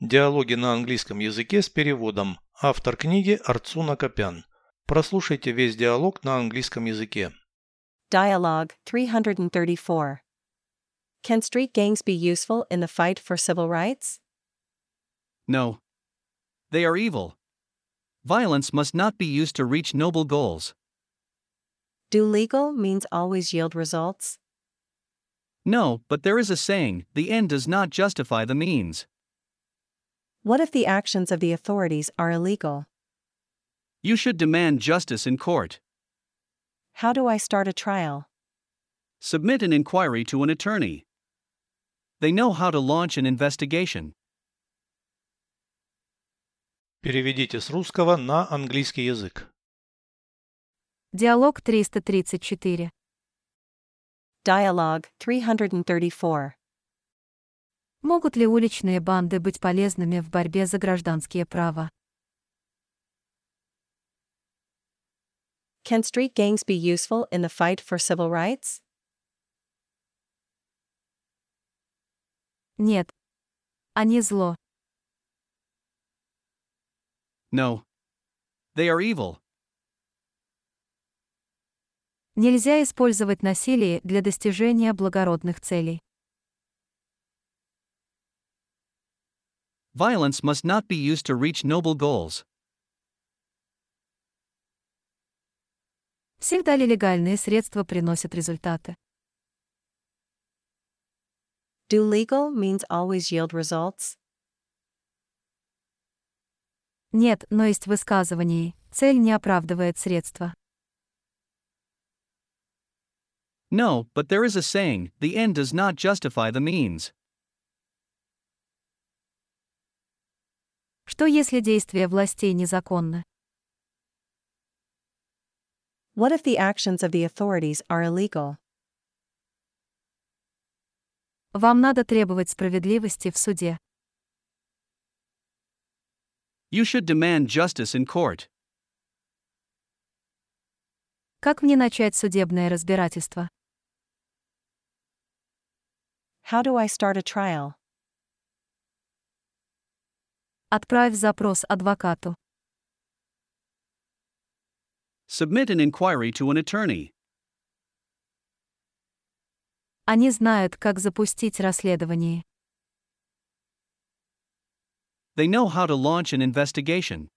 Диалоги на английском языке с переводом. Автор книги Арцуна Копян. Прослушайте весь диалог на английском языке. Dialogue 334. Can street gangs be useful in the fight for civil rights? No. They are evil. Violence must not be used to reach noble goals. Do legal means always yield results? No, but there is a saying the end does not justify the means. What if the actions of the authorities are illegal? You should demand justice in court. How do I start a trial? Submit an inquiry to an attorney. They know how to launch an investigation. Переведите с русского на английский язык. Диалог 334. Dialogue 334. Могут ли уличные банды быть полезными в борьбе за гражданские права? Can street gangs be useful in the fight for civil rights? Нет. Они зло. No. They are evil. Нельзя использовать насилие для достижения благородных целей. Violence must not be used to reach noble goals. Всегда ли легальные средства приносят результаты? Do legal means always yield results? Нет, но есть высказывание «цель не оправдывает средства». No, but there is a saying the end does not justify the means. Что если действия властей незаконны? What if the actions of the authorities are illegal? Вам надо требовать справедливости в суде. You should demand justice in court. Как мне начать судебное разбирательство? How do I start a trial? Отправь запрос адвокату. Submit an inquiry to an attorney. Они знают, как запустить расследование. They know how to launch an investigation.